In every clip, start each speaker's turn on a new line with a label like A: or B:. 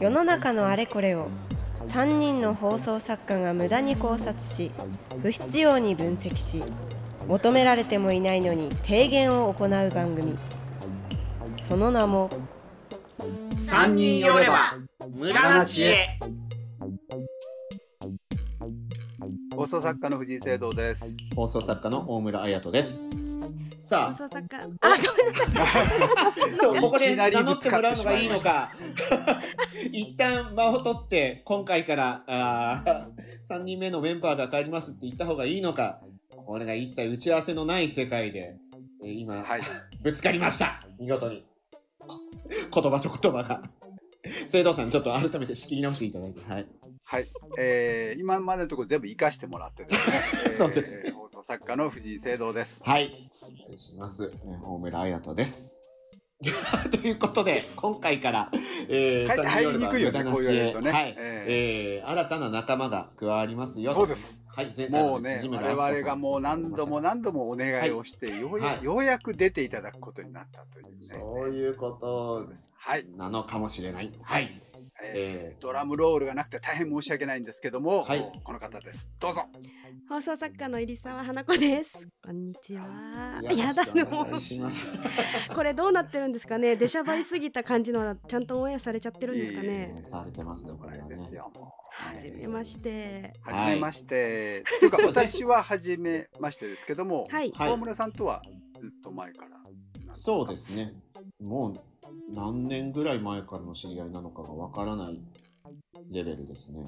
A: 世の中のあれこれを3人の放送作家が無駄に考察し不必要に分析し求められてもいないのに提言を行う番組その名も
B: 三人寄れば無駄な知恵
C: 放送作家の藤井聖堂です。
D: 放送作家の大村彩人です。さあ、
E: 放送作家あ
D: そうここ
C: い
D: で
C: きなり
D: 名乗
C: ぶ
D: っ
C: つ
D: て
C: か
D: も
C: って
D: らうの
C: しま
D: が
C: い
D: いい
C: ま
D: の
C: し
D: か。 一旦間を取って今回からあ3人目のメンバーが帰りますって言った方がいいのかこれが一切打ち合わせのない世界で、えー今、
C: はい。
D: ぶつかりました見事にこ 言葉と言葉が聖堂さんちょっと改めて仕切り直していただいてはい
C: はい。えー、今までのところ全部生かしてもらってですね。え ー
D: そうですね
C: 放送作家の藤井聖堂です。
D: はいお願いしますえー大村彩人です ということで今回から、え
C: かえって入りにくいよ
D: 三
C: ね
D: 人
C: こう言われるとね
D: はい
C: え
D: えー新たな仲間が加わりますよ
C: そうです。
D: はい、前回の
C: もうね、
D: 藤村
C: 我々
D: 明日香さ
C: が
D: ん
C: もう何度も何度もお願いをして、ようや
D: はい
C: ようやく出ていただくことになったというね。
D: そういうこ
C: そう
D: と
C: です。はい。
D: なのかもしれない。はい。
C: え
D: え
C: ー、
D: ー
C: ドラムロールがなくて大変申し訳ないんですけども、
D: はい
C: この方です。どうぞ。
E: 放送作家の入沢花子ですこんにちはやだ
D: よろしくお
E: も
D: 願いします
E: うこれどうなってるんですかね出しゃばりすぎた感じのはちゃんとオンエアされちゃってるんですか
C: いえいえ
E: ね
D: されてますね、
C: こ
D: こ
C: れ
D: れは
C: です
D: ね。
C: よ。もう
E: はじめまして
C: は
D: はい
C: じめまして。というか、私は初めましてですけども、
E: はい
D: はい
C: 大村さんとはずっと前からなんか
D: そうですね。もう何年ぐらい前からの知り合いなのかがわからないレベルですね。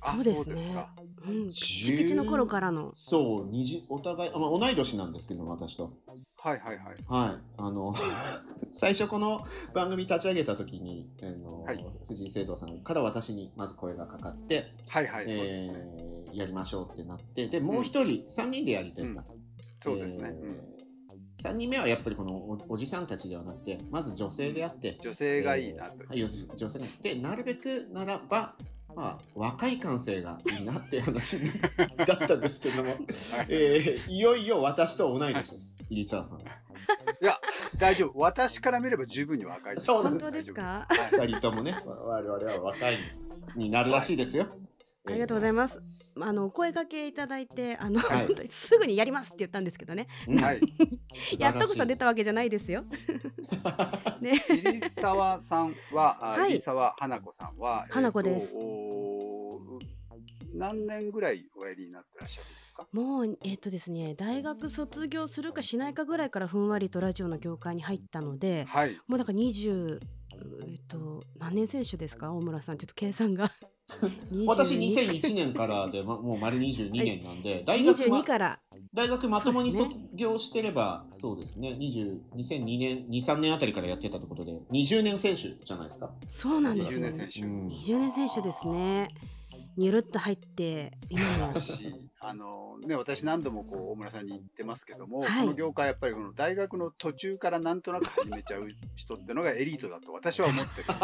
C: あ
E: そうですね
C: そか
E: うんピチピチの頃からの
D: そう、二十お互い、あまあ、同い年なんですけど、私と。
C: はいはいはい。
D: はい、あの 最初この番組立ち上げた時に、あの
C: はい
D: 藤井聖堂さんから私にまず声がかかって、
C: はいはい、そうです
D: え
C: ね。
D: ーやりましょうってなってでもう一人、三3人でやりたいんだと、
C: そうですね。うん
D: 3人目はやっぱりこのおおじさんたちではなくてまず女性であって、
C: 女性がいいなと。
D: えーはいよ女性がいいでなるべくならば、まあ、若い感性がいいなってい う話にだったんですけども、
C: はい
D: えーいよいよ私と同い年です入澤さん
C: いや、大丈夫。私から見れば十分に若いです。
D: そうなん
E: です本当ですか
C: 大丈夫ですはい
D: 2人ともね 我々は若いになるらしいですよ、
E: ありがとうござい
D: ま
E: ます。あのお声掛けいただいて、あの、
D: はい
E: 本当にすぐにやりますって言ったんですけどね。
D: す、
C: はい。
E: やっとこそ出たわけじゃないですよ。ね、
C: 入沢さんは、あ
E: はい
C: 入沢花子さんは、えーと
E: 花子です。
C: おー何年ぐらいおやりになってらっしゃるんですか
E: もうえっ、とですね、大学卒業するかしないかぐらいからふんわりとラジオの業界に入ったので、
C: はい。
E: もうだから20えっ、と何年選手ですか、大村さん、ちょっと計算 が。
D: 私
E: 22
D: 2001年からで、ま、 もう丸22年なんで、大学ま
E: 22から
D: 大学まともに
E: そうです
D: 卒業してればそうですね20 2002年23年あたりからやってたところで20年選手じゃないですか
E: そうなんです
C: 20
E: よ。
C: 年選手。
D: うん
E: 20年選手ですね。にゅるっと入って
C: 素
E: 今
C: 晴
E: の
C: らしい。あのね、私何度もこう大村さんに言ってますけども、
E: はい
C: この業界はやっぱりこの大学の途中からなんとなく始めちゃう人ってのがエリートだと私は思ってるんですよ。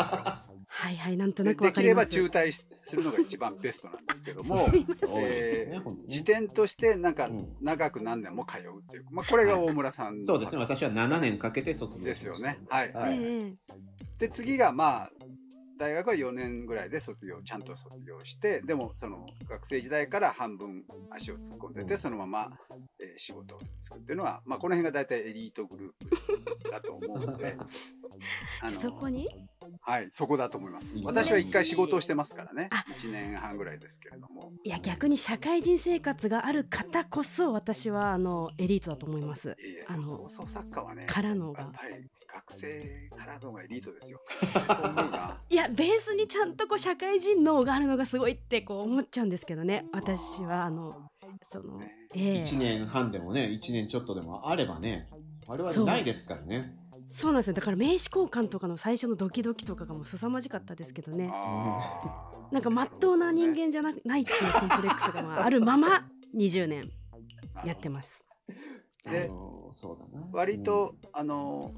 E: はいはいなんと
C: で
E: なく
C: で
E: わか
C: き
E: り
C: れ
E: ま
C: ば
E: す。
C: 中退しするのが一番ベストなんですけども、
D: 多いです
C: え
D: ね本当
C: ー
D: に
C: 時点としてなんか
D: うん
C: 長く何年も通うっていう、まあこれが大村さんの
D: そうですね私は7年かけて卒業
C: で
D: し
C: すよ
D: ました
C: ね。はい。
D: は
E: え
D: い
E: え
C: で次がまあ大学は4年ぐらいで卒業ちゃんと卒業してでもその学生時代から半分足を突っ込んでて、
D: うん
C: そのまま、えー仕事を作っていうのは、まあ、この辺が大体エリートグループだと思うん であ
E: じゃあそこに
C: はいそこだと思います
D: いいですね
C: 私は一回仕事をしてますからね
E: あ
C: 1年半ぐらいですけれども
E: いや逆に社会人生活がある方こそ私はあのエリートだと思います
C: いえいえ
E: あの
C: 放送作家はね
E: から
C: や
E: の
C: っ
E: が
C: ぱり学生からの方がエリート ですよそう思うない
E: やベースにちゃんとこう社会人脳があるのがすごいってこう思っちゃうんですけどね私はあのその
C: ね
E: ええ
D: 1年半でもね1年ちょっとでもあればね我々ないですからね
E: そうなんですよだから名刺交換とかの最初のドキドキとかがもう凄まじかったですけどね
C: あー
E: なんか真っ当な人間じゃなないっていうコンプレックスがまああるまま20年やってます
C: で
D: あのそうだな
C: 割と、あの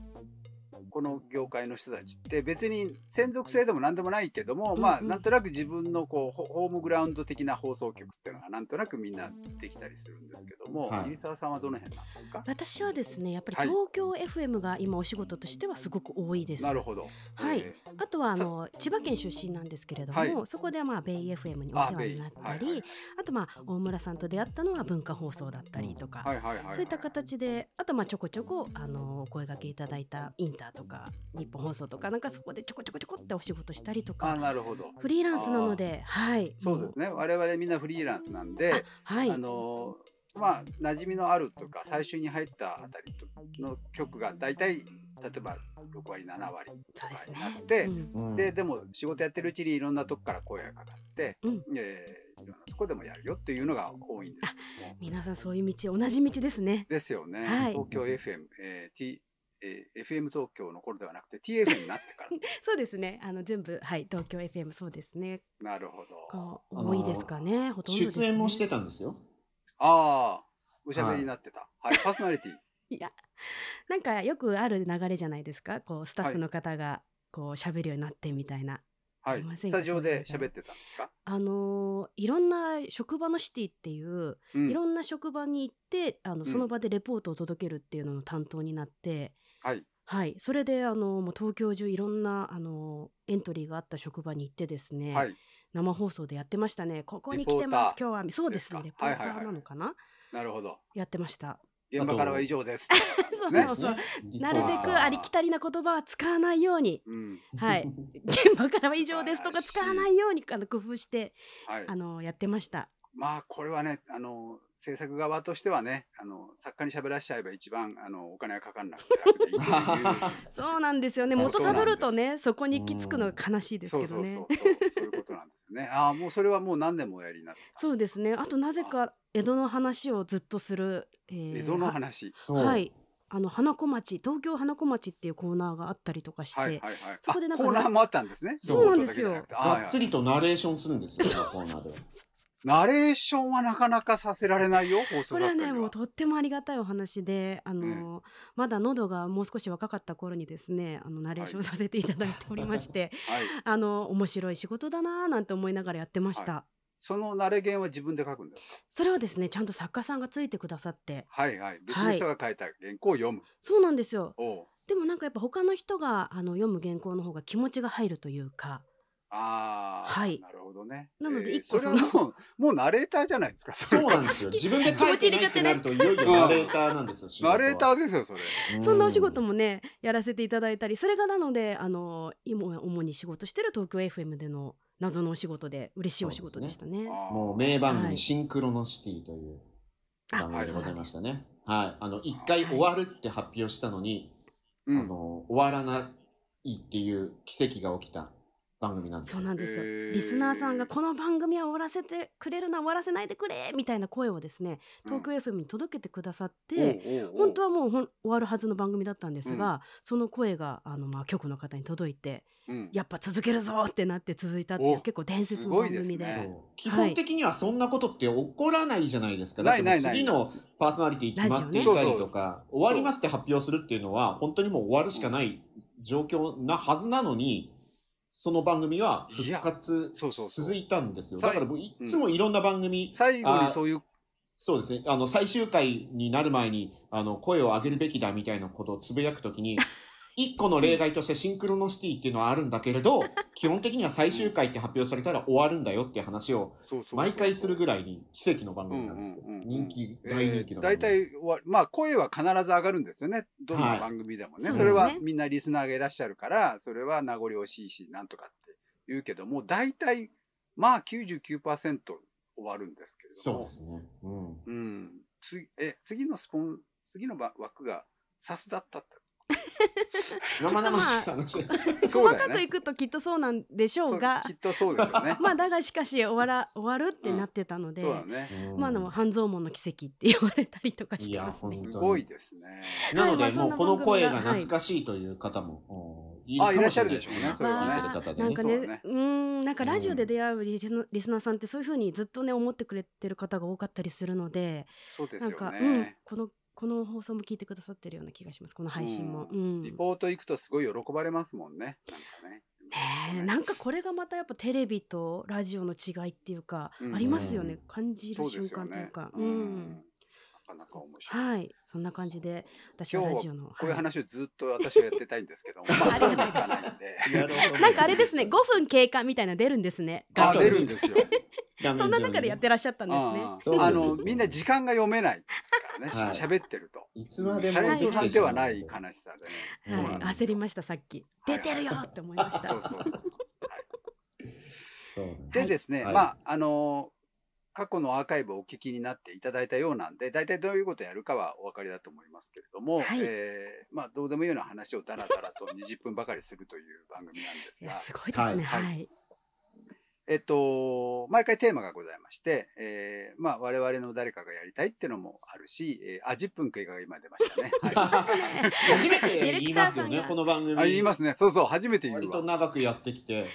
C: この業界の人たちって別に専属性でも何でもないけども、ま
E: う
C: あ
E: んうん
C: なんとなく自分のこうホホームグラウンド的な放送局っていうのがなんとなくみんなできたりするんですけども、
D: はい
C: 入澤さんはどの辺なんですか
E: 私はですねやっぱり
C: はい
E: 東京 FM が今お仕事としてはすごく多いです。
C: なるほど。
E: はい
C: えー
E: あとはあの千葉県出身なんですけれども、
C: はい
E: そこでまあベイ FM にお世話になった
C: あ
E: り
C: ベイ
E: あ,、
C: はいはい
E: とまあ大村さんと出会ったのは文化放送だったりとか、
C: はいはいはい、はい。
E: そういった形であとまあちょこちょこあのお声掛けいただいたインターとか日本放送とかなんかそこでちょこちょこちょこってお仕事したりと
C: あ
E: か
C: なるほど。
E: フリーランスなのではい
C: そうです
E: ね
C: ね。我々みんなフリーランスなんで、
E: はい
C: あのーまあ馴染みのあるとか最初に入ったあたりとの曲が大体例えば6割7割
E: そうです
C: になっ
E: ね。
C: て、
E: うん
D: うん
C: ででも仕事やってるうちにいろんなとこから声がかかって、
E: うん
C: えーいろんなとこでもやるよっていうのが多いんですけども
E: 皆さんそういう道同じ道ですね。
C: ですよね、
E: はい
C: 東京 FM、えー T えー FM 東京の頃ではなくて TFM になって か
E: そうですね。あの全部はい東京 FM そうですね。
C: らなるほど
E: が多いですかね。ほとんどです、
D: 出
E: ね。
D: 演もしてたんですよ。
C: ああおしゃべりになってた、はいパーソナリティ
E: いや、なんかよくある流れじゃないですか。こうスタッフの方がこう喋るようになってみたいな。
C: は
E: すいま
C: い
E: せん
C: スタジオで喋ってたんですか、
E: あのーいろんな職場のシティっていう、
C: うん
E: いろんな職場に行ってあの
C: うん
E: その場でレポートを届けるっていうのの担当になって、
C: はい
E: はい、それであのもう東京中いろんなあのエントリーがあった職場に行ってですね、
C: はい
E: 生放送でやってましたね。ここに
C: リポー
E: 来
C: ター
E: てます今日はそうで
C: ですす
E: ね
C: か
E: レポータ
C: はいはいは
E: ー
C: い
E: なのかな、
C: なるほど
E: やってました。
C: 現場からは以上です。
E: そう
C: ね
E: そうそう、
D: ね
E: なるべくありきたりな言葉は使わないように
C: うん、
E: はい現場からは以上ですとか使わないようにあの工夫して
C: はい
E: あ。のやってました。
C: まあこれはね、あの制作側としてはね、あの作家に喋らしちゃえば一番あのお金がかかんなくて楽でいいっていう。
E: そうなんですよね。
C: あ
E: 元たどると
C: そう
E: ね、そこに行き着くのが悲しいです
C: そう
E: け
C: そ
E: ど
C: う
E: ね
C: そう。そうそういうことなんですね。ああもうそれはもう何年もおやりになってた。
E: そうですね。あとなぜか江戸の話をずっとする。えー
C: 江戸の話。
D: そう
E: ははい。あの花子町、東京花子町っていうコーナーがあったりとかして、
C: はいはいはい。
E: そこでなん
C: あ
E: か
C: コーナーもあったんですね。
D: そうなん
E: ですよ
C: そういうことだけじゃなくて
D: が
C: あ
D: っ
C: あ
D: つりとナレーションするんですよ、
E: そう
D: コーナーで。
C: ナレーションはなかなかさせられないよ放
E: こ
C: 送
E: れ
C: 作
E: は
C: 家には。
E: ねもうとってもありがたいお話であの、
C: うん
E: まだ喉がもう少し若かった頃にですねあのナレーションさせていただいておりまして、
C: はい。
E: あの面白い仕事だなーなんて思いながらやってました、
C: そのナレゲンは自分で書くんですか。
E: それをですねちゃんと作家さんがついてくださって
C: はいはい。別の人が書いた原稿を読む。
E: そうなんですよ
C: おう
E: でもなんかやっぱ他の人があの読む原稿の方が気持ちが入るというか
C: ああ、
E: はい
C: なるほどね。
E: なので一個
C: それは
E: その
C: もう、もうナレーターじゃないですか、そ
D: そ
C: れ
D: うなんですよ。自分で書いてないってなると、いよいよナレーターなんですよ。仕事
C: ナ
D: は
C: レーターですよ、それ。
E: そんなお仕事もねやらせていただいたりそれがなのであの今主に仕事してる東京 FM での謎のお仕事で嬉しいお仕事でしたね。
D: もう
C: あ
D: 名番
E: は
D: 組
E: い
D: シンクロノシティという
E: あ
D: 番組でございましたね。はい。あの、一
E: はい
D: 回終わるって発表したのに、
C: ーう
D: あの、終わらないっていう奇跡が起きた番組なんです
E: そう
D: よ。
E: なんです
C: へ
E: よ、
C: ー
E: リスナーさんがこの番組は終わらせてくれるな終わらせないでくれみたいな声をですね東京 FM に届けてくださって、本当
C: は、
E: はもうほん終わるはずの番組だったんですが、その声があの、まあ、局の方に届いて
C: うん
E: やっぱ続けるぞってなって続いたっていう
C: お
E: 結構伝説
C: す
E: の
C: ご
E: 番
C: いですね
E: 組で
C: はい
D: そう基本的にはそんなことって起こらないじゃないですか。だってもう
C: ないないない
D: 次のパーソナリティ決まっていた
C: ラジオ
D: り
C: ね
D: とか、終わりますって発表するっていうのは、本当にもう終わるしかない状況なはずなのに、その番組は復活
C: そうそうそう
D: 続いたんですよ。
C: さ
D: だ
C: い
D: から僕いつもいろんな番組、
C: 最後にそういう、
D: そうですね。あの、最終回になる前に、あの、声を上げるべきだみたいなことをつぶやくとき に、一個の例外としてシンクロノシティっていうのはあるんだけれど、基本的には最終回って発表されたら終わるんだよっていう話を
C: そうそうそう
D: 毎回するぐらいに奇跡の番組なんですよ
C: うんうんうんう。ん
D: 人気、
C: え
D: 大人気
C: ー
D: の番
C: 大
D: 組。
C: 体終わり、まあ、声は必ず上がるんですよね。どん
D: はい
C: な番組でもね。
E: そう
C: それ
E: で
C: は
E: すね
C: みんなリスナーがいらっしゃるから、それは名残惜しいし、なんとかって言うけども、大体、まあ99%終わるんですけれど
D: そう
C: も
D: で。すね。うん。
C: うん。次、え、次のスポン、次のば枠が、サスだったって。
D: 生々しい話。
C: そうだよ
E: 細かくい
C: ね。
E: くときっとそうなんでしょうが。
C: そうきっとそうですよね
E: まあだがしかし終わら終わるってなってたので、
C: そうだね。
E: まあでも半蔵門の奇跡って言われたりとかし
D: い
E: て
D: や、
E: ます
D: 本
E: ね。
D: 当
C: す
D: に。
C: ごいですね。
D: なの
E: は
D: で、
E: いまあ
D: もうこの声が
E: そんな番組が
D: 懐かしいという方も、うんい
C: あ、い
D: かも
C: らっし
D: し
C: ゃ
D: れな
C: る
D: い
C: でしょうね。それは
D: わ
C: ね
D: ー。
E: わ
D: ね
E: あなんかね
C: そううだね
E: ーんなんかラジオで出会うリスナリスナーさんってそういうふうにずっとね思ってくれてる方が多かったりするので
C: そうです
E: な
C: よ
E: んか、うん
C: ね。
E: このこの放送も聞いてくださってるような気がしますこの配信も、
C: う
E: うんん
C: リポート行くとすごい喜ばれますもんね。なんかね。
E: ねえなんかこれがまたやっぱテレビとラジオの違いっていうか、
C: うん
E: ありますよね、
D: うん
E: 感じ
C: そ
E: る
C: うで
E: 瞬
C: すよ
E: 間という
C: ね
E: か。う
C: うんん。なかなか面白い。
E: はいそんな感じで私は
C: 今日は
E: ラジオの
C: こういう
E: はい
C: 話をずっと私はやってたいんですけども、まあ、
E: ありが
C: い
E: たいです
C: かないん で。
D: なるほど
E: なんかあれですね5分経過みたいなの出るんですね
D: 画
C: あ、
D: 像
C: 出るんですよ。
D: 画面上に
E: そんな中でやってらっしゃったんですね
C: あ
D: そうですね
C: あの、みんな時間が読めないからね、し
D: はい
C: 喋ってると。
D: いつまでも
C: タレント
D: き
C: さ
D: て
C: ん
D: し
C: で
D: ま
C: は
D: う
C: ない悲しさでね。
D: そうなんです
E: はい、焦りましたさっき
C: はい
E: 出てるよって思いました
C: そうそうそう。
D: そう
C: でですね、
D: はい
C: まあ、あの過去のアーカイブをお聞きになっていただいたようなんで、大体どういうことやるかはお分かりだと思いますけれども、
E: はい
C: えーまあ、どうでもいいような話をだらだらと20分ばかりするという番組なんです
E: い
C: が
E: や、すごいですね
C: は
E: はいい、
C: えっと、毎回テーマがございまして、えーまあ、我々の誰かがやりたいってのもあるし、えーあ、10分経過が今出ましたね。 は
D: 初めて言いますよ
E: ディレクターさん
D: ね
E: が
D: この番組
C: い、あ言いますね。そうそう、初めて言
D: 割
C: う
D: と
C: わ。
D: 長くやってきて
C: うん、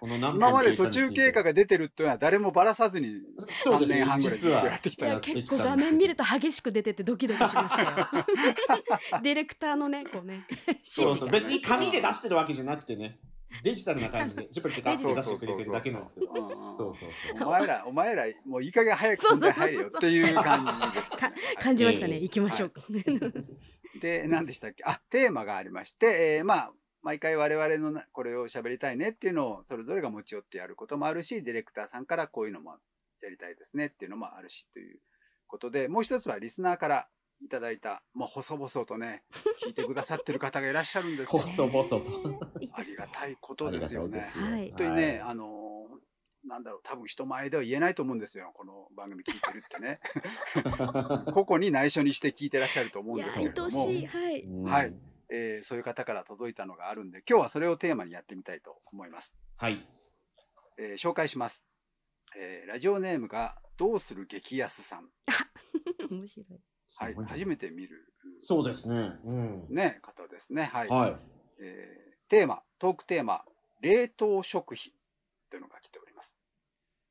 D: この何分
C: 今まで途中経過
D: が
C: が出てるっていうのは誰もばらさずに
D: そうで
C: 3
D: すね
C: 年半ぐらいずっとやってき
E: い
C: た
E: や
C: やつ。
E: 結構画面見ると激しく出ててドキドキしましたよ ディレクターのねこうね指
D: そう
E: 示
D: そう
E: が
D: 別に紙で出してるわけじゃなくてねデジタルな感じで10分経過って出してくれてるだけなんですけど
C: うんうん
D: そうそうそう
C: お前ら、お前ら、もういい加減早く本題入れよっていう感じです、ね
E: か
C: はい
E: 感じましたね、
D: ええ
E: 行きましょう、
C: で、何でしたっけあ、テーマがありまして、えーまあ、毎回我々のなこれを喋りたいねっていうのをそれぞれが持ち寄ってやることもあるし、ディレクターさんからこういうのもやりたいですねっていうのもあるしということで、もう一つはリスナーからいただいた、もう細々とね、聞いてくださってる方がいらっしゃるんですよ。
D: 細々と
C: ありがたいことですよね。
E: はい
C: 本当にね、あのーなんだろう、多分人前では言えないと思うんですよ。この番組聞いてるって ね。個々に内緒にして聞いてらっしゃると思うん
E: いや
C: ですけ
E: 愛
C: れど
E: お
C: も
E: し、いはい
C: はいえーそういう方から届いたのがあるんで、今日はそれをテーマにやってみたいと思います。
D: はい
C: えー紹介します。えーラジオネームが、どうする激安さん。
E: 面白い
C: はい。初めて見る、
D: そうですねうん
C: ね、方ですね。はい。
D: はい
C: えーテーマ、トークテーマ、冷凍食品というのが来ております。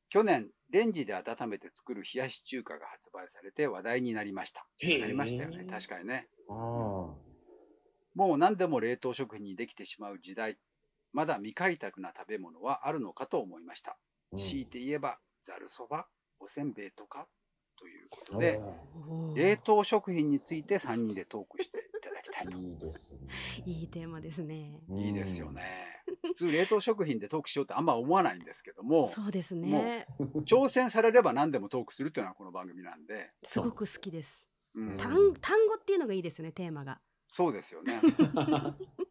C: 去年、レンジで温めて作る冷やし中華が発売されて話題になりました。
D: へー
C: なりましたよね、確かにね。
D: ああ
C: もう何でも冷凍食品にできてしまう時代。まだ未開拓な食べ物はあるのかと思いました。
D: うん
C: 強いて言えば、ざるそば、おせんべいとか、ということで、
E: おー
C: 冷凍食品について3人でトークしていただきたいと
D: いいですね
E: いいテーマですね
D: うん
C: いいですよね。普通冷凍食品でトークしようってあんま思わないんですけども、
E: そうですね
C: も挑戦されれば何でもトークするっていうのはこの番組なんで、
E: すごく好きです
C: うん
E: 単単語っていうのがいいですよねテーマが
C: そうですよね。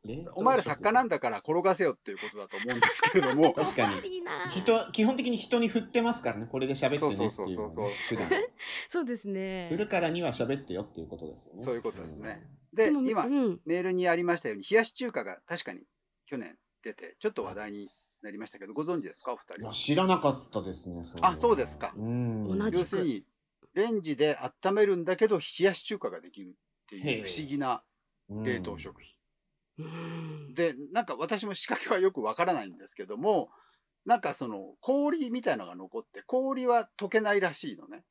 D: 冷凍食
C: お前ら作家なんだから転がせよっていうことだと思うんですけれども、
D: 確かに
E: いいな
D: 人基本的に人に振ってますからねこれで喋って
C: そうそ
D: ね
C: う
D: って
C: そ
D: いううの
C: そ
D: は
C: う
D: ね
C: そう、
D: 普段
E: そうですね
D: 振るからには喋ってよっていうことですよね
C: そういうことですね。
E: で
C: で、
E: も
C: 今
E: うん、
C: メールにありましたように、冷やし中華が確かに去年出て、ちょっと話題になりましたけど、ご存知ですか、お二
D: い
C: 人
D: や
C: は。
D: 知らなかったですねれは
C: あそうですか
D: うん
E: 同じ
C: 要するに、レンジで温めるんだけど、冷やし中華ができるっていう不思議な冷凍食品。
E: うん
C: で、なんか私も仕掛けはよくわからないんですけども、なんかその氷みたいなのが残って、氷は溶けないらしいのね。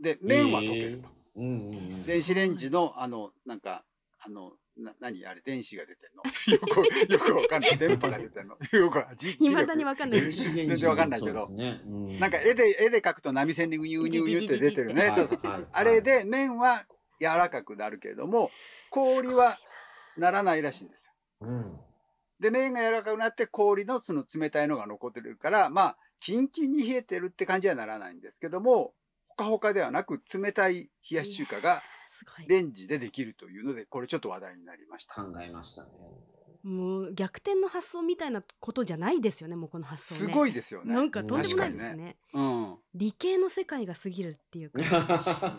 C: で、麺は溶ける
D: うんうん
C: と。
D: うん
E: え
C: 電子レンジの、あの、なんか、あの、な、何あれ、電子が出てんのよく、よくわかんない。電波が出てんのよくわかんない。じ
E: いまだにわかんない
D: 電子レンジ
C: 全然わかんないけど
D: そうですねうん
C: なんか絵で、絵で描くと波線でうにゅうにゅうにゅって出てるね。
D: はい
C: そうそう。
D: はいはい
C: あれで麺は柔らかくなるけれども、氷はならないらしいんですよ。
D: うん
C: で、麺が柔らかくなって氷のその冷たいのが残ってるから、まあ、キンキンに冷えてるって感じはならないんですけども、ほかほかではなく冷たい冷やし中華が
E: すごい
C: レンジでできるというので、これちょっと話題になりました。
D: 考えましたね
E: もう逆転の発想みたいなことじゃないですよねもうこの発想
C: す
E: ね
C: ご
E: い
C: いですよね。
E: なんかとんでもないですね
C: 確かにうん。
E: 理系の世界が過ぎるっていうか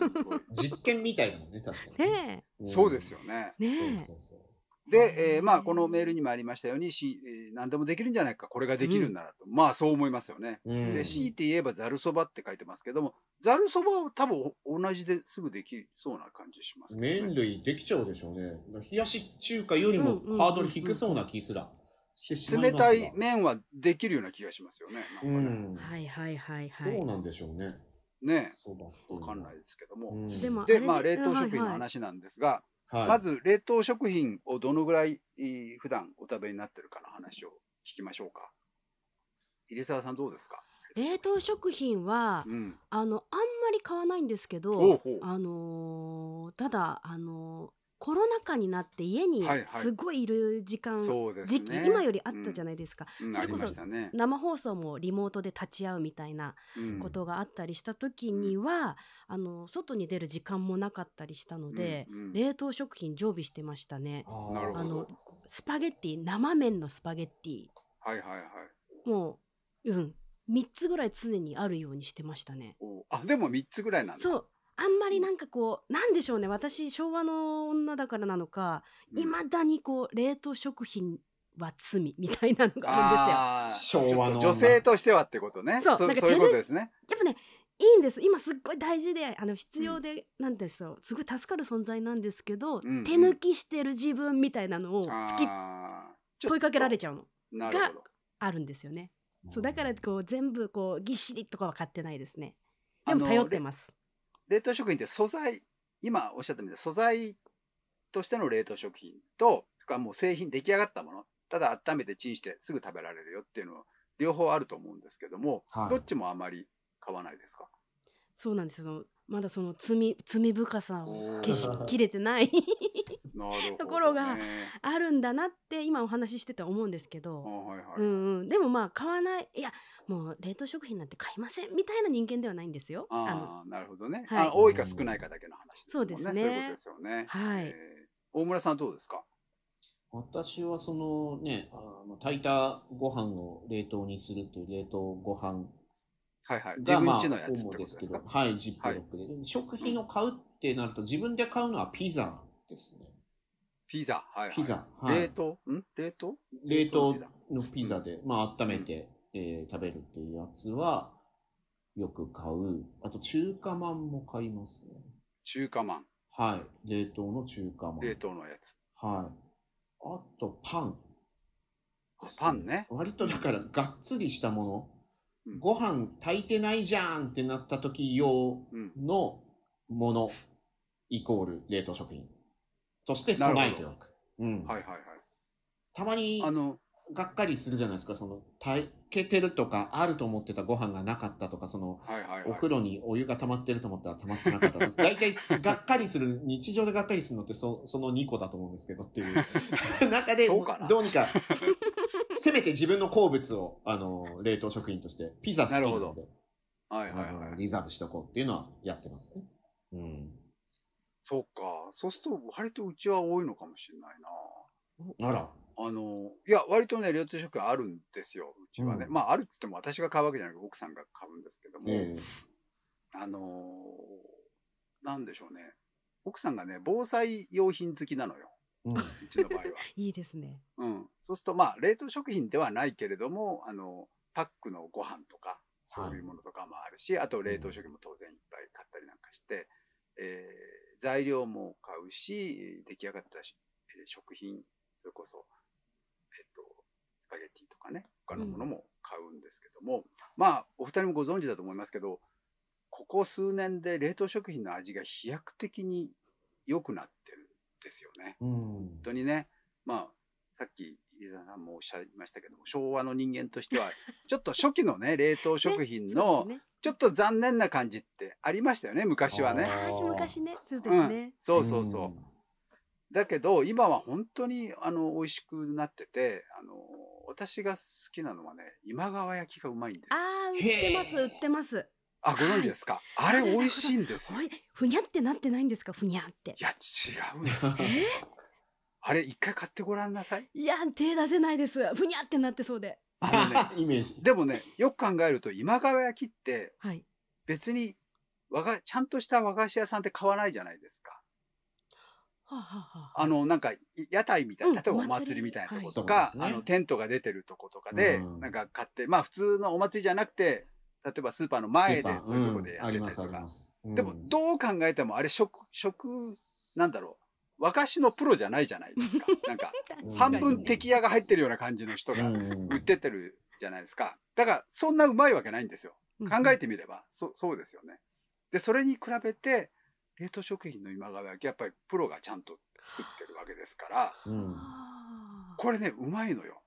D: 実験みたいだもんね確かに
E: ね
D: うん
C: そうですよね。
E: えね
D: そうそう
C: で、えーまあ、このメールにもありましたように、し、えー何でもできるんじゃないか、これができるんならと。まあ、そう思いますよね。
D: そううん
C: で、強いて言えばざるそばって書いてますけども、ざるそばは多分同じですぐできそうな感じしますけどね
D: 麺類できちゃうでしょうね冷やし中華よりもハードル低そうな気すらしてしま
C: 冷
D: います
C: た
D: が
C: い麺はできるような気がしますよね。
D: う
C: なんかね
D: ん
E: えはいはいはいはい
D: どうなんでしょうね
C: ね、
D: そうだった
C: わかんないですけど
D: う
C: も。
D: ん
E: でも
C: で、
E: あれ
C: まあ、冷
E: う
C: 凍
E: んはい
C: 食品の
E: はい
C: 話なんですが、
D: はい、
C: まず、冷凍食品をどのぐらいえー普段お食べになってるかの話を聞きましょうか。入澤さんどうですか
E: 冷凍食品は、
C: うん。
E: あのあんまり買わないんですけ
C: ほう
E: ど
C: ほう
E: あのーただあのーコロナ禍になって家に
C: はいはい
E: すごいいる時間、
C: そうですね。
E: 時期今よりあったじゃないですか、
C: うん、
E: それこそ
C: ありましたね。
E: 生放送もリモートで立ち会うみたいな
C: うん
E: ことがあったりした時には、あの外に出る時間もなかったりしたので、
C: うんうん
E: 冷凍食品常備してましたね
D: あー
C: なるほ
E: あ
C: ど
E: のスパゲッティ生麺のスパゲッティ
C: はいはいはい。
E: もううん3つぐらい常にあるようにしてましたね
C: おあ、でも3つぐらいなんだ。
E: そうあんまりなんかこうなんでしょうね私昭和の女だからなのか
C: うん
E: いまだにこう冷凍食品は罪みたいなのがあ
C: あー
D: 昭和の女
C: 女性としてはってことね。
E: そう
C: そ
E: なんか
C: そういうことですね。
E: るんですよやっぱねいいんです今すっごい大事であの必要で、なんでしょうすごい助かる存在なんですけど、
C: んうん
E: 手抜きしてる自分みたいなのを突き
C: あー
E: 問いかけられ
C: ち
E: ちゃうの
C: ょっとなるほど。
E: あるんですよねそうだからこう全部こうぎっしりとかは買ってないですね
C: あ
E: で
C: の
E: も頼ってます
C: 冷凍食品って素材、今おっしゃったみたいに素材としての冷凍食品と、それからもう製品出来上がったもの、ただ温めてチンしてすぐ食べられるよっていうの両方あると思うんですけども、
D: はい
C: どっちもあまり買わないですか
E: そうなんですよそのまだその罪罪深さを消し
C: なる
E: きれてない
C: ほど、ね。
E: ところがあるんだなって今お話ししてて思うんですけ
C: あ
E: ど、
C: はいはい。
E: うんうん、でもまあ買わないいやもう冷凍食品なんて買いませんみたいな人間ではないんですよ。あの
C: ああ、なるほどね、
E: はい
C: あ。多いか少ないかだけの話ですもんね。
E: そうですね
C: そういうことですよね。
E: はい
C: えー大村さんどうですか
D: 私はそのね、あの炊いたご飯を冷凍にするという冷凍ご飯
C: はいはい。自
D: が、ま
C: 分
D: あ、
C: ちのやつって
D: 主
C: こ
D: で
C: とですす
D: け
C: か
D: ど、はい、ジップロックで。食品を買うってなると、自分で買うのはピザですね。
C: ピザ。はい、はい。
D: ピザ。はい
C: 冷凍ん冷凍
D: 冷凍のピザで、まあ、温めて、えー食べるっていうやつは、よく買う。あと、中華まんも買いますね。
C: 中華まん。
D: はい。冷凍の中華まん。
C: 冷凍のやつ。
D: はい。あと、パン、
C: あパンね。
D: 割とだから、がっつりしたも
C: う
D: の。
C: ん
D: ご飯炊いてないじゃんってなった時用
C: うん。
D: のもの、イコール冷凍食品として備えておく。うん。
C: はいはいはい。
D: たまに
C: あ、の、
D: がっかりするじゃないですか。その、炊けてるとか、あると思ってたご飯がなかったとか、その、
C: はいはいはい。
D: お風呂にお湯が溜まってると思ったら溜まってなかった です。大体、がっかりする、日常でがっかりするのってそ、その2個だと思うんですけどって いう。中で
C: そうかな、
D: どうにか、せめて自分の好物を、あの、冷凍食品として、ピザ好きな
C: なる
D: の
C: ほ
D: で、
C: はいはい
D: あ
C: は
D: の
C: い。
D: リザーブしとこうっていうのはやってますね。うん。
C: そうか。そうすると、割とうちは多いのかもしれないな。
D: あら。
C: あの、いや、割とね、冷凍食品あるんですよ、うちはね。
D: うん
C: まあ、あるって言っても私が買うわけじゃなくて、奥さんが買うんですけども、
D: ええ
C: あのーなんでしょうね。奥さんがね、防災用品好きなのよ、
D: うん。
C: うちの場合は。
E: いいですね。
C: うん。そうすると、まあ、冷凍食品ではないけれども、あの、パックのご飯とか、そういうものとかもあるし、あと冷凍食品も当然いっぱい買ったりなんかして、えー材料も買うし、出来上がったし、えー食品、それこそ、えっ、と、スパゲッティとかね、他のものも買うんですけども、まあ、お二人もご存知だと思いますけど、ここ数年で冷凍食品の味が飛躍的に良くなってるんですよね。
D: うん
C: 本。当にね、まあ、さっき入澤さんもおっしゃいましたけども、昭和の人間と しては、ちょっと初期のね、冷凍食品
E: そ
C: の、
E: うですね。
C: ちょっと残念な感じってありましたよね、昔はね。
E: 昔昔ねそうで
C: う
E: す
C: ん
E: ね。、
C: そうそうそう。だけど、今は本当に、あの、美味しくなってて、あの、私が好きなのはね、今川焼きがうまいんです。あ
E: ああ売ってます売ってます。
C: ご存知ですか、あれ美味しいんですよ。
E: お
C: い
E: いふにゃってなってないんですかふにゃって。
C: や、違うよ。あれ、一回買ってごらんな さい。
E: いや手出せないですふにゃってなってそうで。
C: あのね
D: イメージ。
C: でもね、よく考えると、今川焼きって、
E: はい。
C: 別に和が、ちゃんとした和菓子屋さんって買わないじゃないですか。
E: はあ、はあはあ、
C: あの、なんか、い屋台みたいな、
E: う
C: 例
E: ん
C: えばお
E: お祭
C: 祭
E: り
C: りみたいなとこと
D: はい
C: か、
D: そうですね
C: あの、テントが出てるとことかで、
D: うん
C: なんか買って、まあ普通のお祭りじゃなくて、例えばスーパーの前で
D: スーパー
C: そういうとこで
D: ん
C: やってたり
D: あ
C: と
D: り
C: か
D: ま。す、あります。
C: でも、
D: うん
C: どう考えても、あれ、食、食、なんだろう、和菓子のプロじゃないじゃない ですか。なんか、
D: うん
C: 半分敵屋が入ってるような感じの人が
D: うん
C: 売ってってるじゃないですか。だから、そんなうまいわけないんですよ。考え
E: て
C: てみれば、そ、そうですよね。で、それに比べて、冷凍食品の今川焼き、やっぱりプロがちゃんと作ってるわけですから、
D: うん。
E: あー
C: これね、うまいのよ。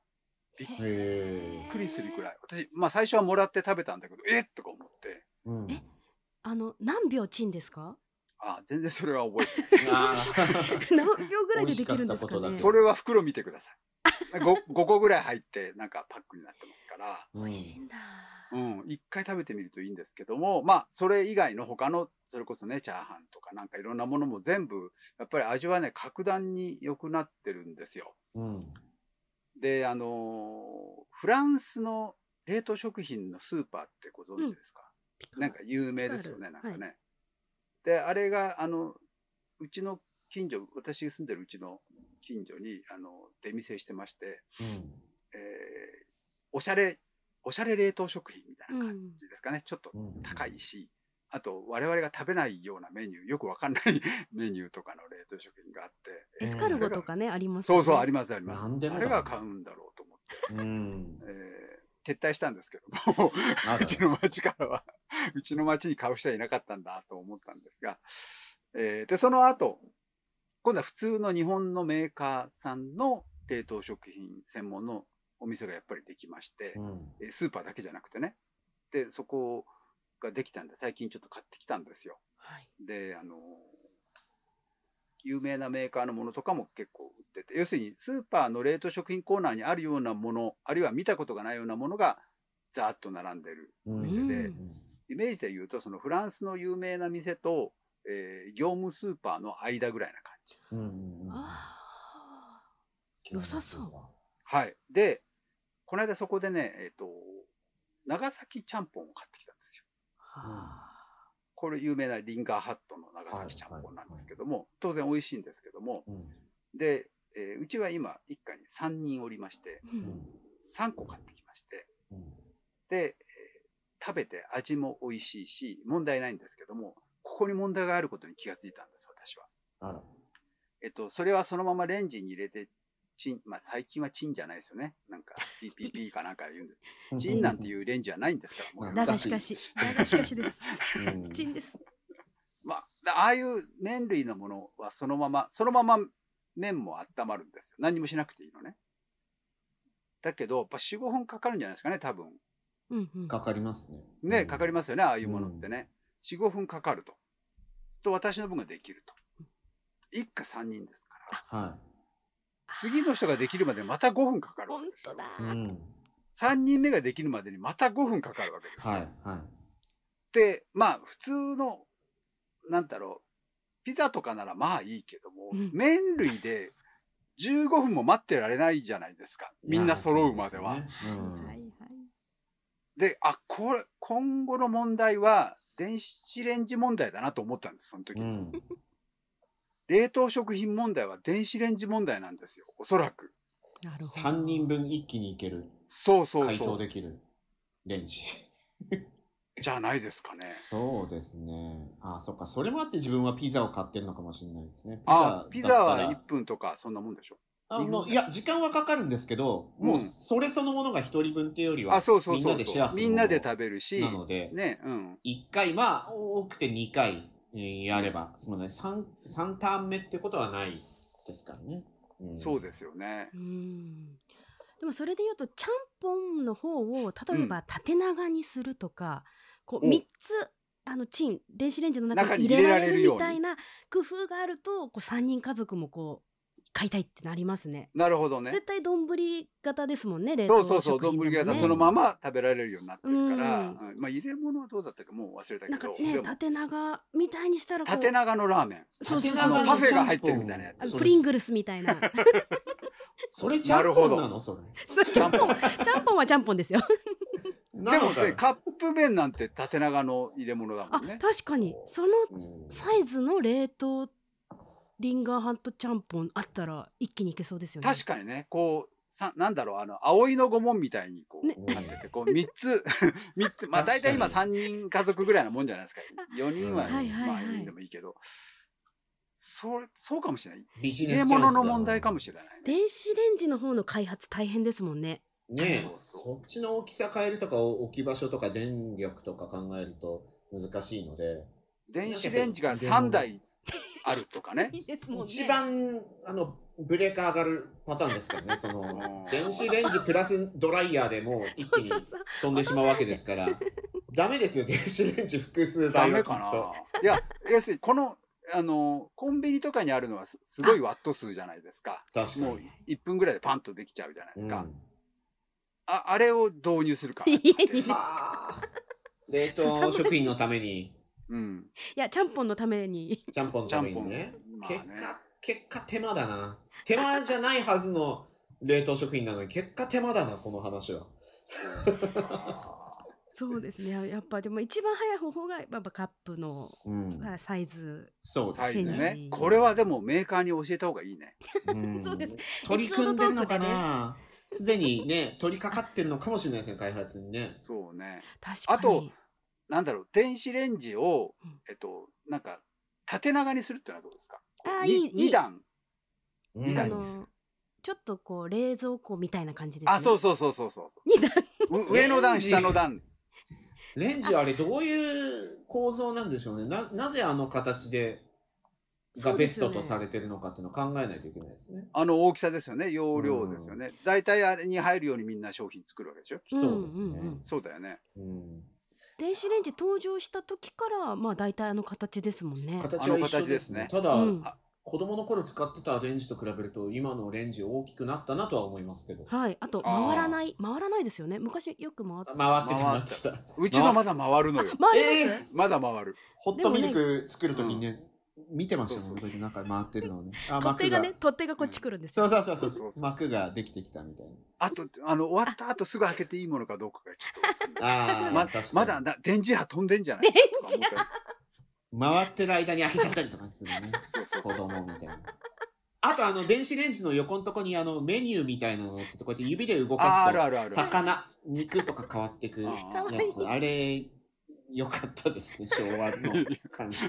D: へえ
C: びっくりするくらい。私、まあ最初はもらって食べたんだけど、えっとか思って、
D: うん。
E: え あの何秒チンですか
C: ああ、全然それは覚え てない。
E: 何秒ぐらいででき
D: 美味しか
E: るんですかね
D: ったことだけ
C: それは袋見てください。5, 個ぐらい入って、なんかパックになってますから、
D: うん
E: 美味しいんだ、
C: うん、一回食べてみるといいんですけども、まあ、それ以外の他の、それこそね、チャーハンとかなんかいろんなものも全部、やっぱり味はね、格段に良くなってるんですよ。
D: うん。
C: で、あのーフランスの冷凍食品のスーパーってご存知ですか、
E: ピカ
C: なんか有名ですよね、
E: ピ
C: な
E: カ
C: ん
E: ール
C: かね。で、あれが、あの、うちの近所、私住んでるうちの近所に、あの、出店してまして、えー、おしゃれ、おしゃれ冷凍食品みたいな感じですかね。ちょっと
D: うん。うん
C: 高いし、あと我々が食べないようなメニュー、よくわかんない メニューとかの冷凍食品があって。
E: エスカルゴとかね、ありますよ
C: そう
E: ね
C: そう、ありますあります。
D: なんでもだ
C: 誰が買うんだろうと思って、
D: うん。
C: えー撤退したんですけども、
D: あ
C: うちの町からは、うちの町に買う人はいなかったんだと思ったんですが、えーで、その後、今度は普通の日本のメーカーさんの冷凍食品専門のお店がやっぱりできまして、
D: うん。
C: えースーパーだけじゃなくてね。で、そこができたんで、最近ちょっと買ってきたんですよ。
E: はい
C: で、あのー有名なメーカーのものとかも結構売ってて、要するにスーパーの冷凍食品コーナーにあるようなもの、あるいは見たことがないようなものが、ざーっと並んでる
D: う
C: お
D: ん。
C: 店で、
E: うん
C: イメージで言うと、そのフランスの有名な店と、えー業務スーパーの間ぐらいな感じ。
D: うん。
E: あー良さそう。
C: はい。で、この間そこでね、えっ、と、長崎ちゃんぽんを買ってきたんですよ。
E: あ
C: これ有名なリンガーハットの長崎ちゃんぽんなんですけども、当然美味しいんですけども、
D: うん。
C: で、えーうちは今、一家に3人おりまして、
E: ーう
D: うんん。
C: 3個買ってきまして、
D: うん。
C: で、えー食べて味も美味しいし、問題ないんですけども、ここに問題があることに気がついたんです、私は。
D: あら。
C: えっと、それはそのままレンジに入れて、チン、まあ最近はチンじゃないですよね。なんか、ピピピかなんか言うんで、チンなんて
D: う。
C: いうレンジはないんですから、もう。
E: だがしか し、だがしかしです。チンです。
C: まあ、だああいう麺類のものはそのまま、そのまま麺も温まるんですよ。何もしなくていいのね。だけど、やっぱ4、5分かかるんじゃないですかね、多分。
E: うんうん。
D: かかりますね。
C: ね、かかりますよね、ああいうものってね。4、5分かかると。と、私の分ができると。一家3人ですから。
D: す。は
C: 次の人ができるまでまた5分かかるわ
E: 本
C: けです
E: 当
C: よ
E: だ。。
D: い。うん。
C: 3人目ができるまでにまた5分かかるわけですよ。
D: はい。は
C: で、まあ、普通の、なんだろう、ピザとかならまあいいけども、
E: うん
C: 麺類で15分も待ってられないじゃないですか。
D: い。
C: みんな揃うまでは。
D: い
C: で
D: やそう
E: はい
D: ですよね
E: はい。
C: あ、これ、今後の問題は、電子レンジ問題だなと思ったんです、その時。
D: うん。うん。
C: 冷凍食品問題は電子レンジ問題なんですよ、おそらく。
E: なるほど。
D: 3人分一気にいける。
C: そうそう
D: 解
C: そ
D: 凍
C: う。
D: できる。レンジ。
C: じゃないですかね。
D: そうですね。あそっか。それもあって自分はピザを買ってるのかもしれないですね。
C: あ、ピザ
D: だ
C: は
D: った
C: 1
D: ら
C: 分とか、そんなもんでしょ。
D: あ
C: 二分
D: もういや、時間はかかるんですけど、もううんそれそのものが一人分っていうよりは、
C: あ、そうそう
D: みん
C: そ
D: な
C: う
D: でシ
C: そ
D: ェア
C: う。
D: する
C: みんなで食べるし
D: な、ので、
C: ね、うん。
D: 1回、まあ、多くて2回えーやれば、そのね、3、三ターン目ってことはないですからね。うん
C: そうですよね。
E: うん。でもそれで言うと、ちゃんぽんの方を、例えば縦長にするとか、こう
C: お
E: 3つ、あのチン電子レンジの中
C: 中
E: に
C: に
E: 入
C: 入れ
E: れら
C: ら
E: れ
C: れ
E: る
C: る
E: みたいな工夫があるとこう3人家族もこう買いたいってなりますね
C: なるほどね。
E: 絶対丼型ですもんね冷
C: そ
E: 凍
C: うそうそう、
E: 食
C: 丼
E: 品でも
C: が
E: ね
C: そのまま食べられるようになってるから、
E: うん
C: うんまあ入れ物はどうだったかもう忘れたけ
E: なんか
C: ど、
E: ね
C: でも
E: 縦長みたいにしたらこう
C: 縦長のラーメン。
E: そうそうそう
D: 縦長の
E: パ
C: フェが入ってるみたいなやつ
E: あの
D: それ
E: プリングルスみた いな
D: それちゃんぽんな
C: なる
D: のそれ。
E: それちゃんぽんちゃんぽんはちゃんぽんですよ
D: な
C: でも
D: のか
C: ね、カップ麺なんて縦長の入れ物だも
E: あ
C: んね。
E: 確かにその
D: うん
E: サイズの冷凍リンガーハントちゃんぽんあったら一気にいけそうですよね
C: 確かにね、こう、さ、なんだろう、あの、葵の御門みたいに、こう、
E: ね
C: なってて、こう、三つ、 三つ、まあ
D: 確かに
C: 大体今三人家族ぐらいなもんじゃないですか。四人は、
D: はい
E: はいはい
C: まあ四人でもいいけど、それ、そうかもしれない。
D: ビジ
C: 入
D: ネスチ
C: れ
D: ャンスだ
C: 物の問題かもしれないね。
E: 電子レンジの方の開発大変ですもんね
D: ねえ
C: そう
D: そっちの大きさ変えるとか置き場所とか電力とか考えると難しいので、
C: 電子レンジが3台あるとかね
E: い。いですもんね。
D: 一番あのブレーカー上がるパターンですからね、その
C: うん
D: 電子レンジプラスドライヤーでもう一気に飛んでしまうわけですから、ダメですよ、電子レンジ複数
C: ダ
D: 台は
C: メ
D: きっ
C: か
D: と。
C: な。いや、要するにこの、あの、コンビニとかにあるのはすすごいワット数じゃないですか。
D: 確かに
C: もう1分ぐらいでパンとできちゃうじゃないで
D: う
C: す
D: ん
C: か。ああれを導入するか。
E: 家にね
D: はあ 冷凍食品のために、
C: うん。
E: いやちゃんぽんのた めに
D: ちゃんぽんの
C: ちゃ
D: た
C: んぽ
D: め
C: ん。
D: にね。
C: まあ
D: 結果、結果手間だな。手間じゃないはずの冷凍食品なのに、結果手間だな、この話は。
E: そうです ねややっぱでも一番早い方法がやっぱカップの
D: うん。
E: さサイズ
D: そう
C: サイズ
E: チェン
C: ね
E: ジ。
C: これはでもメーカーに教えた方がいいね。
D: ん
E: そうです
D: 取り組んでるのかなすでにね、取り掛かってるのかもしれないですね、開発にね。
C: そうね。
E: 確かに
C: あとなんだろう、電子レンジを
E: うん、
C: えっと、なんか、縦長にするってのはどうですか
E: あーいい
C: に
E: いい
C: 二段。
D: う
C: 未
E: あ
C: 来
E: の
C: にする
E: ちょっとこう冷蔵庫みたいな感じです、ね、
C: あ、そうそうそうそうそう
E: 二段
C: う。う上の 段、下の段。
D: レンジあれどういう構造なんでしょうね。な、なぜあの形で、が
E: そう
D: ベ
E: で
D: ス
E: すよ
D: ト
E: ね
D: とされてるのかっていうのを考えないといけないですね。
C: あの大きさですよね。容量ですよね。大体あれに入るようにみんな商品作るわけでしょ
E: うん
D: そうですね。
E: うんうん
C: そうだよね。
D: うん
E: 電子レンジ登場した時からまあ大体あの形ですもんね
D: 形は一緒ですね。
C: あ
D: ただ、
E: うん
D: 子供の頃使ってたレンジと比べると、今のレンジ大きくなったなとは思いますけど。
E: はいあと
C: あー
E: 回らない回らないですよね昔よく回っ
D: 回
E: て
D: ってた、回ってた。
C: うちのまだ回るのよ。
E: 回り
D: え
E: ま
D: ー
C: ま
E: す、
C: だ回る。
D: ホットミルク作るときにね、見てました
C: そ
D: も、
C: うんそ
D: 僕なんか回ってるのをね。 あ、
E: 取っ手
D: 幕
E: が
D: が。
E: ね取っ手がこっち来るんですよ
D: そうそうそう
C: そう
D: そ
C: そう
D: う。
C: そう
D: 幕ができてきたみたいな。
C: あと、あの、終わった後すぐ開けていいものかどうかがちょっと。
D: ああ、
C: ま
D: 確かに
C: まだな電磁波飛んでんじゃない
E: 電
C: とか思ったり
D: 回ってる間に開けちゃったりとかするね。
C: そうそう
D: 子供みたいな。あとあの電子レンジの横のとこにあのメニューみたいなのってこうやって指で動
C: あーある
D: か
C: あるあ
D: す
C: る
D: と。魚、肉とか変わってくや
C: あ
E: ー
D: つ。あれ、よかったです ね、昭和の感じ。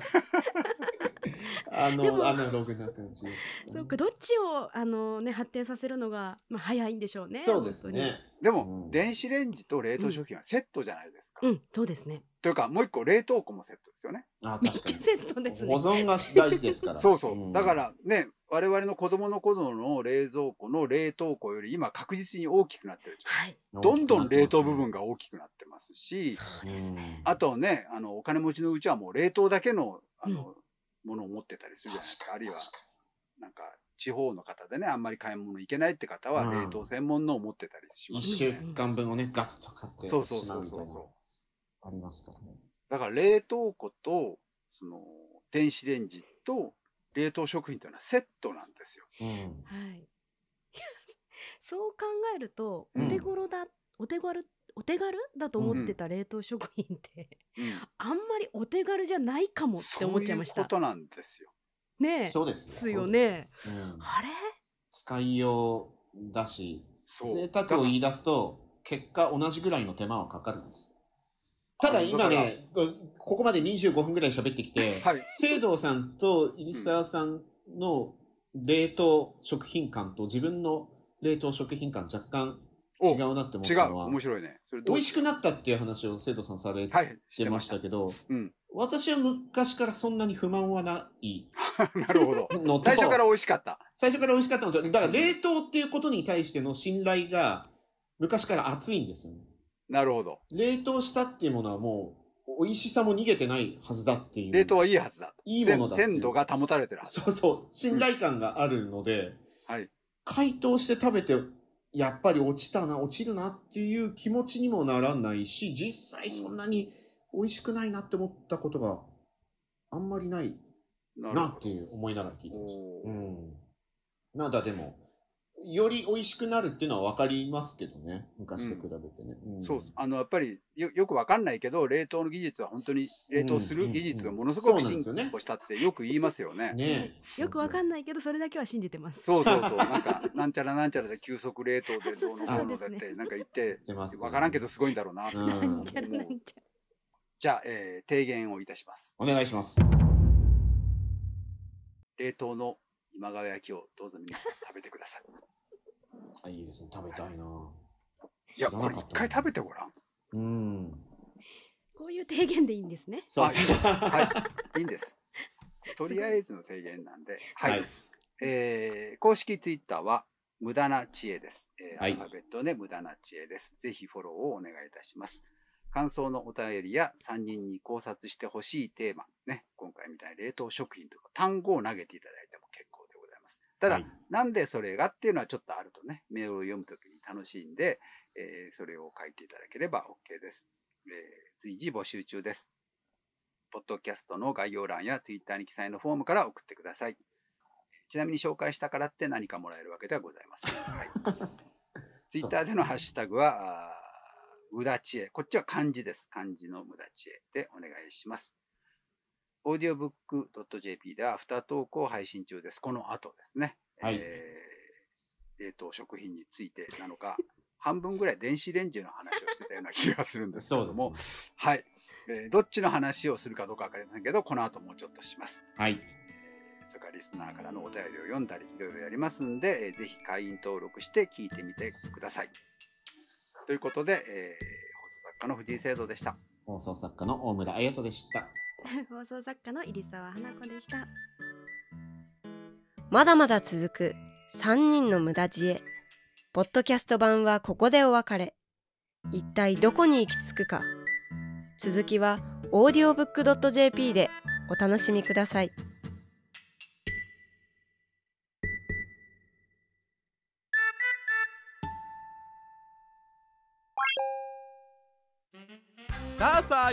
D: あ
E: でも
D: の、アナログな感じ。
E: そうかどっちをあのね発展させるのがまあ早いんでしょうね
D: そうですね。
C: で
D: う
C: も
D: ん、
C: 電子レンジと冷凍食品はセットじゃないですか。
E: 本当にうんそうですね
C: というか、もう一個冷凍庫もセットですよね。
D: あ
E: めっ
D: 確か
E: ちゃセットで
D: に。
E: す
D: 保
E: ね
D: 存が大事ですから。
C: そうそう。
D: ん
C: だか、らね、我々の子供の頃の冷蔵庫の冷凍庫より今確実に大きくなってるじゃん
E: はい
C: どんどん冷凍部分が大きくなってますし、
E: そうですね
C: あとね、あの、お金持ちのうちはもう冷凍だけの、あの、ものを持ってたりするじゃないですか。あるいは、なんか、地方の方でね、あんまり買い物行けないって方は、
D: うん
C: 冷凍専門のを持ってたりし
D: 一
C: ますよ
D: 週
C: ね。
D: 間分をね、ガツッと買って
C: そうそう
D: しま
C: そうう
D: みたい
C: そ
D: な
C: う
D: の
C: そう。
D: ありますからね。
C: だから冷凍庫と、その、電子レンジと、冷凍食品というのはセットなんですよ。
D: うん。
E: はい。 そう考えると、
D: うん
E: お手頃だ、お手軽、お手軽だと思ってた冷凍食品って、
C: うん
E: あんまりお手軽じゃないかもって思っちゃいまし
C: そういう
E: た
C: こ。となんですよ。
E: ねえ。
D: そうです
E: ですよ。ね。
D: そうですうん
E: あれ
D: 使いようだし、
C: そう。
D: 贅沢を言い出すと、結果同じぐらいの手間はかかるんです。ただ今ね、ここまで25分ぐらい喋ってき て、
C: はい。
D: 聖堂さんと入沢さんの冷凍食品感と自分の冷凍食品感若干違うなって思っ
C: 違
D: た
C: う。
D: のは、
C: 面白いね。それど
D: 美
C: う
D: 味しくなったっていう話を生徒さんされ
C: はい。しててま
D: ま
C: し
D: したた。けど、
C: うん。
D: 私は昔からそんなに不満はない
C: なる ほど。
D: のと
C: 最初から美味しかった。
D: 最初から美味しかったのと、だから冷凍っていうことに対しての信頼が昔から厚いんですよね。
C: なるほど。
D: 冷凍したっていうものはもう美味しさも逃げてないはずだっていう。
C: 冷凍はいいはずだ。
D: いいものだっていう
C: 鮮鮮度が保たれてるはず。
D: そうそう、信頼感があるので、
C: はい。
D: 解凍して食べて、やっぱり落ちたな、落ちるなっていう気持ちにもならないし、実際そんなに美味しくないなって思ったことがあんまりない
C: な
D: なっていう思いながら聞いてました。
C: お
D: う
C: ー
D: ん。まだでも、より美味しくなるっていうのは分かりますけどね。昔と比べてね。ん
C: そうです。あの、やっぱりよ、よくわかんないけど、冷凍の技術は本当に、冷凍する技術がものすごく進
D: そうなんですよね
C: 歩したってよく言いますよね。
D: ね
E: よくわかん
D: い。
E: ないけど、それだけは信じてます。
C: そうそうそう。なんか、なんちゃらなんちゃらで急速冷凍でどうのこうのだ
E: そうそうそう
C: っ
E: で
C: て、なんか言って
D: 言、ってます
C: わからんけどすごいんだろうなって。
D: うん
E: なんちゃらなんちゃら。
C: じゃあ、えー提言をいたします。
D: お願いします。
C: 冷凍の今川焼きをどうぞ皆さん食べてくださ い。
D: あ、いいですね。食べたいな。
C: いや、これ一回食べてごらん。
D: うん。
E: こういういう提言でいいんですね。
D: そう
C: あいいです。はい。いいん です。とりあえずの提言なんで。はい。
D: はい
C: えー公式ツイッターは、無駄な知恵です。えー
D: はい
C: アルファベットで無駄な知恵です。ぜひフォローをお願いいたします。感想のお便りや3人に考察してほしいテーマ、ね、今回みたいに冷凍食品とか単語を投げていただいても結構でございます。ただ、
D: はい
C: なんでそれがっていうのはちょっとあるとね、メールを読むときに楽しいんで、えーそれを書いていただければ OK です。えー随時募集中です。ポッドキャストの概要欄やツイッターに記載のフォームから送ってください。ちなみに紹介したからって何かもらえるわけではございません。はい、 ツイッターでのハッシュタグは、あー無駄知恵。こっちは漢字です。漢字の無駄知恵でお願いします。audiobook.jp ではアフタートークを配信中です。この後ですね。
D: はい
C: えー冷凍食品についてなのか、半分ぐらい電子レンジの話をしてたような気がするんですけれ
D: そう
C: ど
D: で
C: も、
D: す、ね。
C: はい、えーどっちの話をするかどうかわかりませんけど、この後もうちょっとします。
D: はい。
C: それからリスナーからのお便りを読んだり、いろいろやりますんで、えーぜひ会員登録して聞いてみてください。ということで、えー放送作家の藤井聖堂でした。
D: 放送作家の大村彩人でした。
E: 放送作家の入沢花子でした。
A: まだまだ続く3人の無駄知恵。ポッドキャスト版はここでお別れ。一体どこに行き着くか。続きは audiobook.jp でお楽しみください。
F: さあさあ